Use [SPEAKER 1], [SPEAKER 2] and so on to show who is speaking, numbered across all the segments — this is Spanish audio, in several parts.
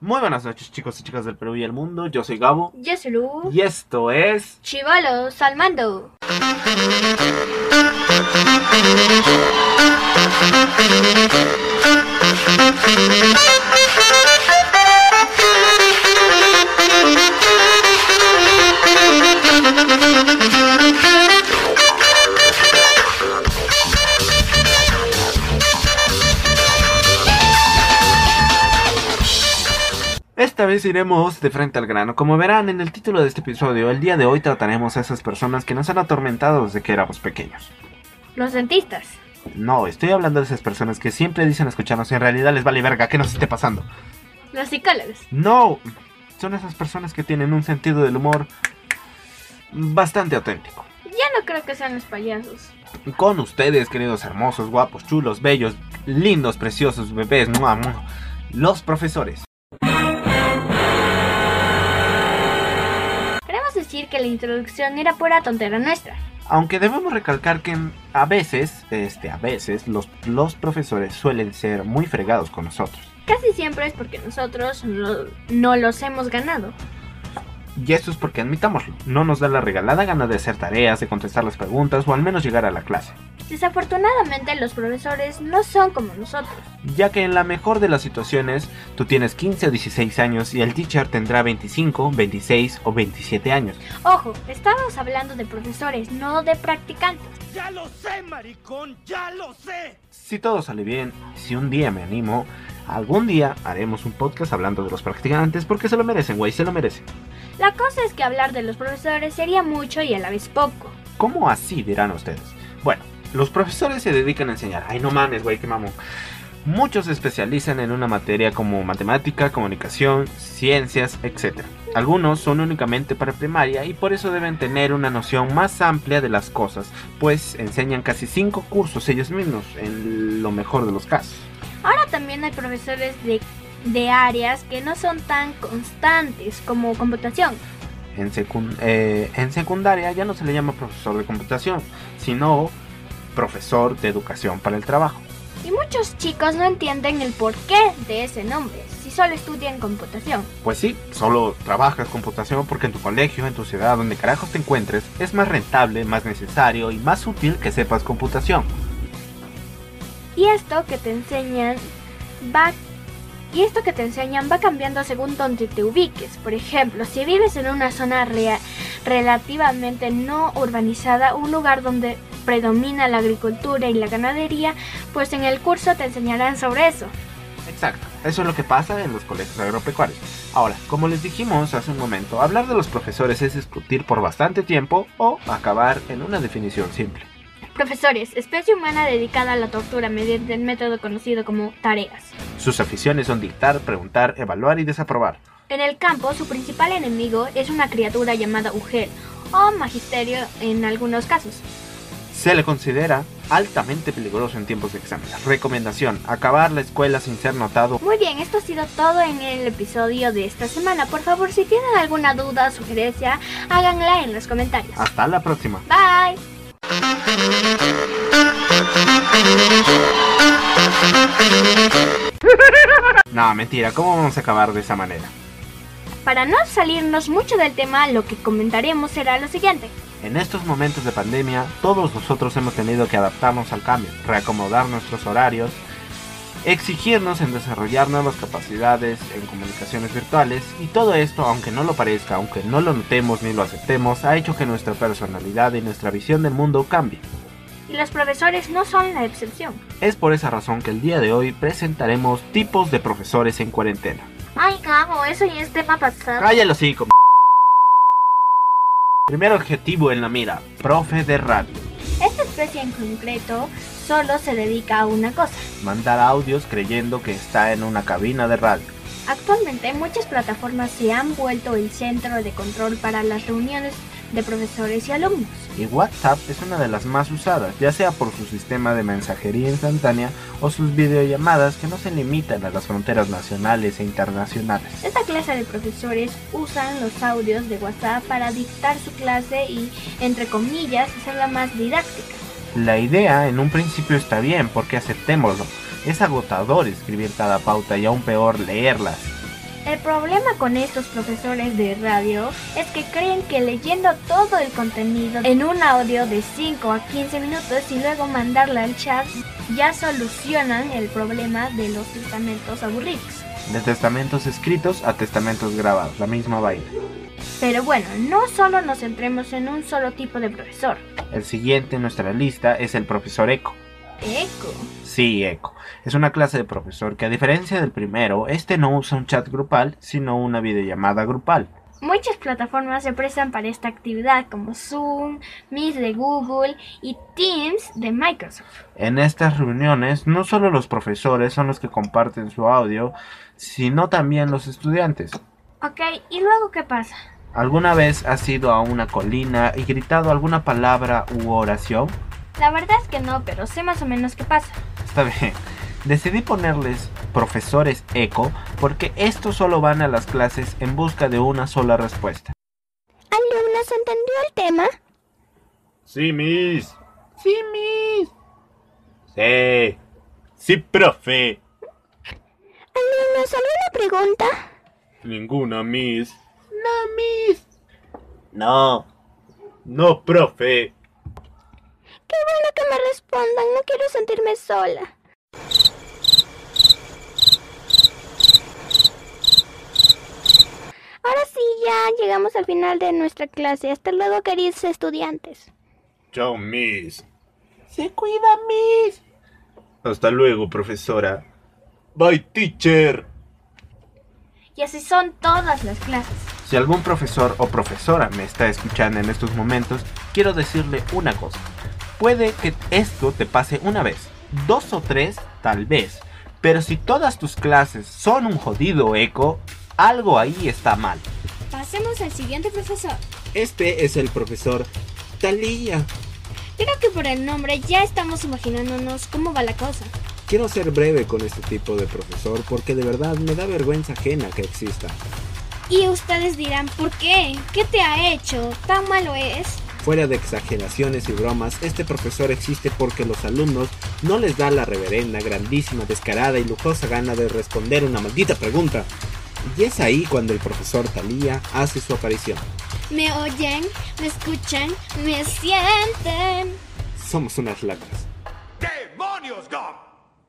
[SPEAKER 1] Muy buenas noches chicos y chicas del Perú y el mundo, yo soy Gabo
[SPEAKER 2] Yeselu,
[SPEAKER 1] y esto es...
[SPEAKER 2] Chivalos al mando.
[SPEAKER 1] Esta vez iremos de frente al grano. Como verán en el título de este episodio, el día de hoy trataremos a esas personas que nos han atormentado desde que éramos pequeños.
[SPEAKER 2] Los dentistas.
[SPEAKER 1] No, estoy hablando de esas personas que siempre dicen escucharnos y en realidad les vale verga qué nos esté pasando.
[SPEAKER 2] Los psicólogos.
[SPEAKER 1] No, son esas personas que tienen un sentido del humor bastante auténtico.
[SPEAKER 2] Ya no creo que sean los payasos.
[SPEAKER 1] Con ustedes, queridos hermosos, guapos, chulos, bellos, lindos, preciosos, bebés, mua, mua, los profesores.
[SPEAKER 2] Queremos decir que la introducción era pura tontera nuestra.
[SPEAKER 1] Aunque debemos recalcar que mm, a veces, este, a veces, los, los profesores suelen ser muy fregados con nosotros.
[SPEAKER 2] Casi siempre es porque nosotros no, no los hemos ganado.
[SPEAKER 1] Y eso es porque, admitámoslo, no nos da la regalada gana de hacer tareas, de contestar las preguntas o al menos llegar a la clase.
[SPEAKER 2] Desafortunadamente los profesores no son como nosotros.
[SPEAKER 1] Ya que en la mejor de las situaciones, tú tienes 15 o 16 años y el teacher tendrá 25, 26 o 27 años.
[SPEAKER 2] Ojo, estamos hablando de profesores, no de practicantes.
[SPEAKER 3] Ya lo sé, maricón, ya lo sé.
[SPEAKER 1] Si todo sale bien, si un día me animo, algún día haremos un podcast hablando de los practicantes porque se lo merecen, güey, se lo merecen.
[SPEAKER 2] La cosa es que hablar de los profesores sería mucho y a la vez poco.
[SPEAKER 1] ¿Cómo así dirán ustedes? Bueno, los profesores se dedican a enseñar. Ay, no mames, güey, qué mamón. Muchos se especializan en una materia como matemática, comunicación, ciencias, etc. Algunos son únicamente para primaria y por eso deben tener una noción más amplia de las cosas, pues enseñan casi 5 cursos ellos mismos, en lo mejor de los casos.
[SPEAKER 2] Ahora también hay profesores de, de áreas que no son tan constantes como computación.
[SPEAKER 1] En, secun- eh, en secundaria ya no se le llama profesor de computación, sino profesor de educación para el trabajo.
[SPEAKER 2] Y muchos chicos no entienden el porqué de ese nombre, si solo estudian computación.
[SPEAKER 1] Pues sí, solo trabajas computación porque en tu colegio, en tu ciudad, donde carajos te encuentres, es más rentable, más necesario y más útil que sepas computación.
[SPEAKER 2] Y esto que te enseñan va y esto que te enseñan va cambiando según donde te ubiques. Por ejemplo, si vives en una zona rea- relativamente no urbanizada, un lugar donde predomina la agricultura y la ganadería, pues en el curso te enseñarán sobre eso.
[SPEAKER 1] Exacto, eso es lo que pasa en los colegios agropecuarios. Ahora, como les dijimos hace un momento, hablar de los profesores es discutir por bastante tiempo o acabar en una definición simple.
[SPEAKER 2] Profesores, especie humana dedicada a la tortura mediante el método conocido como tareas.
[SPEAKER 1] Sus aficiones son dictar, preguntar, evaluar y desaprobar.
[SPEAKER 2] En el campo, su principal enemigo es una criatura llamada Ugel o Magisterio en algunos casos.
[SPEAKER 1] Se le considera altamente peligroso en tiempos de exámenes. Recomendación, acabar la escuela sin ser notado
[SPEAKER 2] Muy bien, esto ha sido todo en el episodio de esta semana. Por favor, si tienen alguna duda o sugerencia, háganla en los comentarios.
[SPEAKER 1] Hasta la próxima.
[SPEAKER 2] Bye.
[SPEAKER 1] No, mentira, ¿cómo vamos a acabar de esa manera?
[SPEAKER 2] Para no salirnos mucho del tema, lo que comentaremos será lo siguiente.
[SPEAKER 1] En estos momentos de pandemia, todos nosotros hemos tenido que adaptarnos al cambio, reacomodar nuestros horarios, exigirnos en desarrollar nuevas capacidades en comunicaciones virtuales y todo esto, aunque no lo parezca, aunque no lo notemos ni lo aceptemos, ha hecho que nuestra personalidad y nuestra visión del mundo cambie.
[SPEAKER 2] Y los profesores no son la excepción.
[SPEAKER 1] Es por esa razón que el día de hoy presentaremos tipos de profesores en cuarentena.
[SPEAKER 2] Ay, cabo, eso ya es tema pasado.
[SPEAKER 1] Cállalo, sí, com... Primer objetivo en la mira, profe de radio.
[SPEAKER 2] Esta especie en concreto solo se dedica a una cosa.
[SPEAKER 1] Mandar audios creyendo que está en una cabina de radio.
[SPEAKER 2] Actualmente muchas plataformas se han vuelto el centro de control para las reuniones de profesores y alumnos.
[SPEAKER 1] Y WhatsApp es una de las más usadas, ya sea por su sistema de mensajería instantánea o sus videollamadas que no se limitan a las fronteras nacionales e internacionales.
[SPEAKER 2] Esta clase de profesores usan los audios de WhatsApp para dictar su clase y, entre comillas, hacerla más didáctica.
[SPEAKER 1] La idea en un principio está bien porque aceptémoslo. Es agotador escribir cada pauta y aún peor leerlas.
[SPEAKER 2] El problema con estos profesores de radio es que creen que leyendo todo el contenido en un audio de 5 a 15 minutos y luego mandarla al chat ya solucionan el problema de los testamentos aburridos.
[SPEAKER 1] De testamentos escritos a testamentos grabados, la misma vaina.
[SPEAKER 2] Pero bueno, no solo nos centremos en un solo tipo de profesor.
[SPEAKER 1] El siguiente en nuestra lista es el profesor Eco.
[SPEAKER 2] Eco.
[SPEAKER 1] Sí, Eco. Es una clase de profesor que a diferencia del primero, este no usa un chat grupal, sino una videollamada grupal.
[SPEAKER 2] Muchas plataformas se prestan para esta actividad como Zoom, Meet de Google y Teams de Microsoft.
[SPEAKER 1] En estas reuniones, no solo los profesores son los que comparten su audio, sino también los estudiantes.
[SPEAKER 2] Ok, ¿y luego qué pasa?
[SPEAKER 1] ¿Alguna vez has ido a una colina y gritado alguna palabra u oración?
[SPEAKER 2] La verdad es que no, pero sé más o menos qué pasa.
[SPEAKER 1] Está bien. Decidí ponerles profesores eco porque estos solo van a las clases en busca de una sola respuesta.
[SPEAKER 4] ¿Alumnos entendió el tema?
[SPEAKER 5] Sí, Miss.
[SPEAKER 2] Sí, mis.
[SPEAKER 5] Sí. Sí, profe.
[SPEAKER 4] ¿Alumnos alguna pregunta?
[SPEAKER 5] Ninguna, Miss.
[SPEAKER 2] No, mis.
[SPEAKER 5] No. No, profe.
[SPEAKER 4] Qué bueno que me respondan, no quiero sentirme sola. Ahora sí, ya llegamos al final de nuestra clase. Hasta luego, queridos estudiantes.
[SPEAKER 5] Chao, Miss.
[SPEAKER 1] Se cuida, Miss.
[SPEAKER 5] Hasta luego, profesora. Bye, teacher.
[SPEAKER 2] Y así son todas las clases.
[SPEAKER 1] Si algún profesor o profesora me está escuchando en estos momentos, quiero decirle una cosa. Puede que esto te pase una vez, dos o tres, tal vez. Pero si todas tus clases son un jodido eco, algo ahí está mal.
[SPEAKER 6] Pasemos al siguiente profesor.
[SPEAKER 1] Este es el profesor Talía.
[SPEAKER 6] Creo que por el nombre ya estamos imaginándonos cómo va la cosa.
[SPEAKER 7] Quiero ser breve con este tipo de profesor porque de verdad me da vergüenza ajena que exista.
[SPEAKER 6] Y ustedes dirán, ¿por qué? ¿Qué te ha hecho? ¿Tan malo es?
[SPEAKER 7] Fuera de exageraciones y bromas, este profesor existe porque los alumnos no les da la reverenda, grandísima, descarada y lujosa gana de responder una maldita pregunta. Y es ahí cuando el profesor Talía hace su aparición.
[SPEAKER 6] ¿Me oyen? ¿Me escuchan? ¿Me sienten?
[SPEAKER 7] Somos unas lacras.
[SPEAKER 8] ¡Demonios, Gump!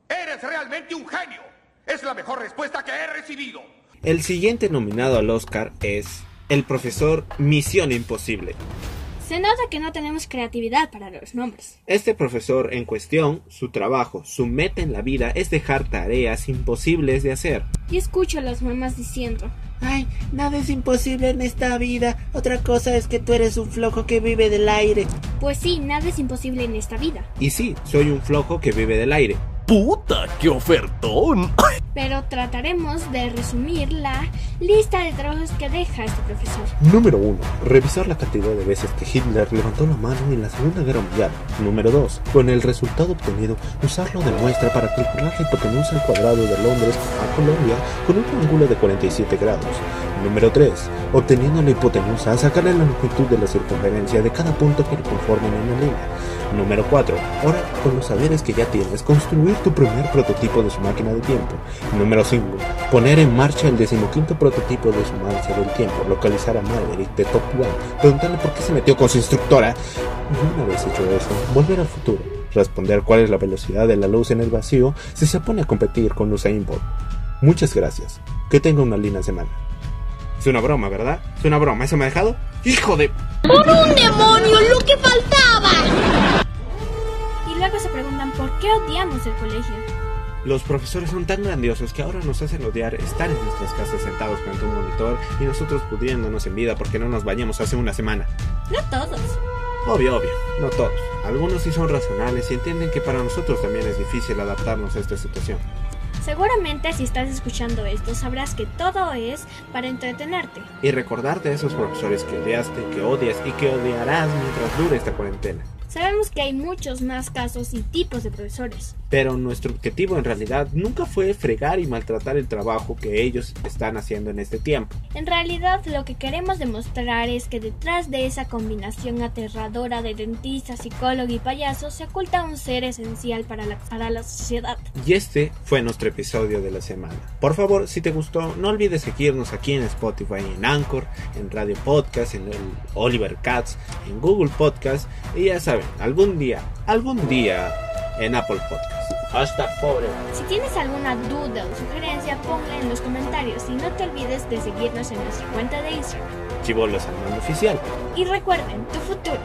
[SPEAKER 8] ¡Eres realmente un genio! Es la mejor respuesta que he recibido.
[SPEAKER 7] El siguiente nominado al Oscar es el profesor Misión Imposible.
[SPEAKER 6] Se nota que no tenemos creatividad para los nombres.
[SPEAKER 7] Este profesor en cuestión, su trabajo, su meta en la vida es dejar tareas imposibles de hacer.
[SPEAKER 6] Y escucho a las mamás diciendo,
[SPEAKER 9] Ay, nada es imposible en esta vida. Otra cosa es que tú eres un flojo que vive del aire.
[SPEAKER 6] pues sí, nada es imposible en esta vida.
[SPEAKER 7] Y sí, soy un flojo que vive del aire.
[SPEAKER 10] ¡Puta, qué ofertón!
[SPEAKER 6] Pero trataremos de resumir la lista de trabajos que deja este profesor.
[SPEAKER 7] Número 1. Revisar la cantidad de veces que Hitler levantó la mano en la Segunda Guerra Mundial. Número 2. Con el resultado obtenido, usarlo de muestra para calcular la hipotenusa al cuadrado de Londres a Colombia con un ángulo de 47 grados. Número 3. Obteniendo la hipotenusa, sacarle la longitud de la circunferencia de cada punto que conforman una línea. Número 4. Ahora, con los saberes que ya tienes, construir tu primer prototipo de su máquina de tiempo. Número 5. Poner en marcha el decimoquinto prototipo de su marcha del tiempo. Localizar a Maverick de Top Gun. Preguntarle por qué se metió con su instructora. Y una vez hecho eso, volver al futuro. Responder cuál es la velocidad de la luz en el vacío si se pone a competir con Usain Bolt. Muchas gracias. Que tenga una linda semana. Es una broma, ¿verdad? Es una broma. ¿Eso me ha dejado? ¡Hijo de...
[SPEAKER 6] Y luego se preguntan por qué odiamos el colegio.
[SPEAKER 7] Los profesores son tan grandiosos que ahora nos hacen odiar estar en nuestras casas sentados frente a un monitor y nosotros pudriéndonos en vida porque no nos bañamos hace una semana.
[SPEAKER 6] No todos.
[SPEAKER 7] Obvio, obvio, no todos. Algunos sí son racionales y entienden que para nosotros también es difícil adaptarnos a esta situación.
[SPEAKER 6] Seguramente si estás escuchando esto sabrás que todo es para entretenerte.
[SPEAKER 7] Y recordarte a esos profesores que odiaste, que odias y que odiarás mientras dure esta cuarentena.
[SPEAKER 6] Sabemos que hay muchos más casos y tipos de profesores.
[SPEAKER 7] Pero nuestro objetivo en realidad nunca fue fregar y maltratar el trabajo que ellos están haciendo en este tiempo.
[SPEAKER 6] En realidad lo que queremos demostrar es que detrás de esa combinación aterradora de dentista, psicólogo y payaso se oculta un ser esencial para la, para la sociedad.
[SPEAKER 7] Y este fue nuestro episodio de la semana. Por favor, si te gustó, no olvides seguirnos aquí en Spotify, en Anchor, en Radio Podcast, en el Oliver Cats, en Google Podcast y ya saben, algún día, algún día en Apple Podcast. Hasta pobre.
[SPEAKER 6] Si tienes alguna duda o sugerencia, ponla en los comentarios y no te olvides de seguirnos en nuestra cuenta de Instagram.
[SPEAKER 7] Chibolos al mundo oficial.
[SPEAKER 6] Y recuerden, tu futuro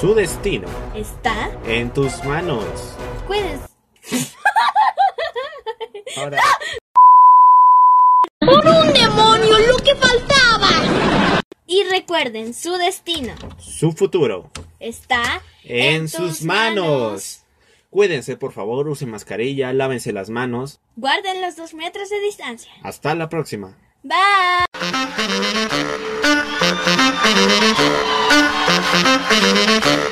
[SPEAKER 7] Su destino
[SPEAKER 6] está...
[SPEAKER 7] en tus manos.
[SPEAKER 6] Cuides.
[SPEAKER 7] Ahora.
[SPEAKER 6] ¡Por un demonio! ¡Lo que faltaba! Y recuerden, su destino
[SPEAKER 7] Su futuro
[SPEAKER 6] está
[SPEAKER 7] en, sus manos. Cuídense, por favor, usen mascarilla, lávense las manos.
[SPEAKER 6] Guarden los dos metros de distancia.
[SPEAKER 7] Hasta la próxima.
[SPEAKER 6] Bye.
[SPEAKER 3] Thank you.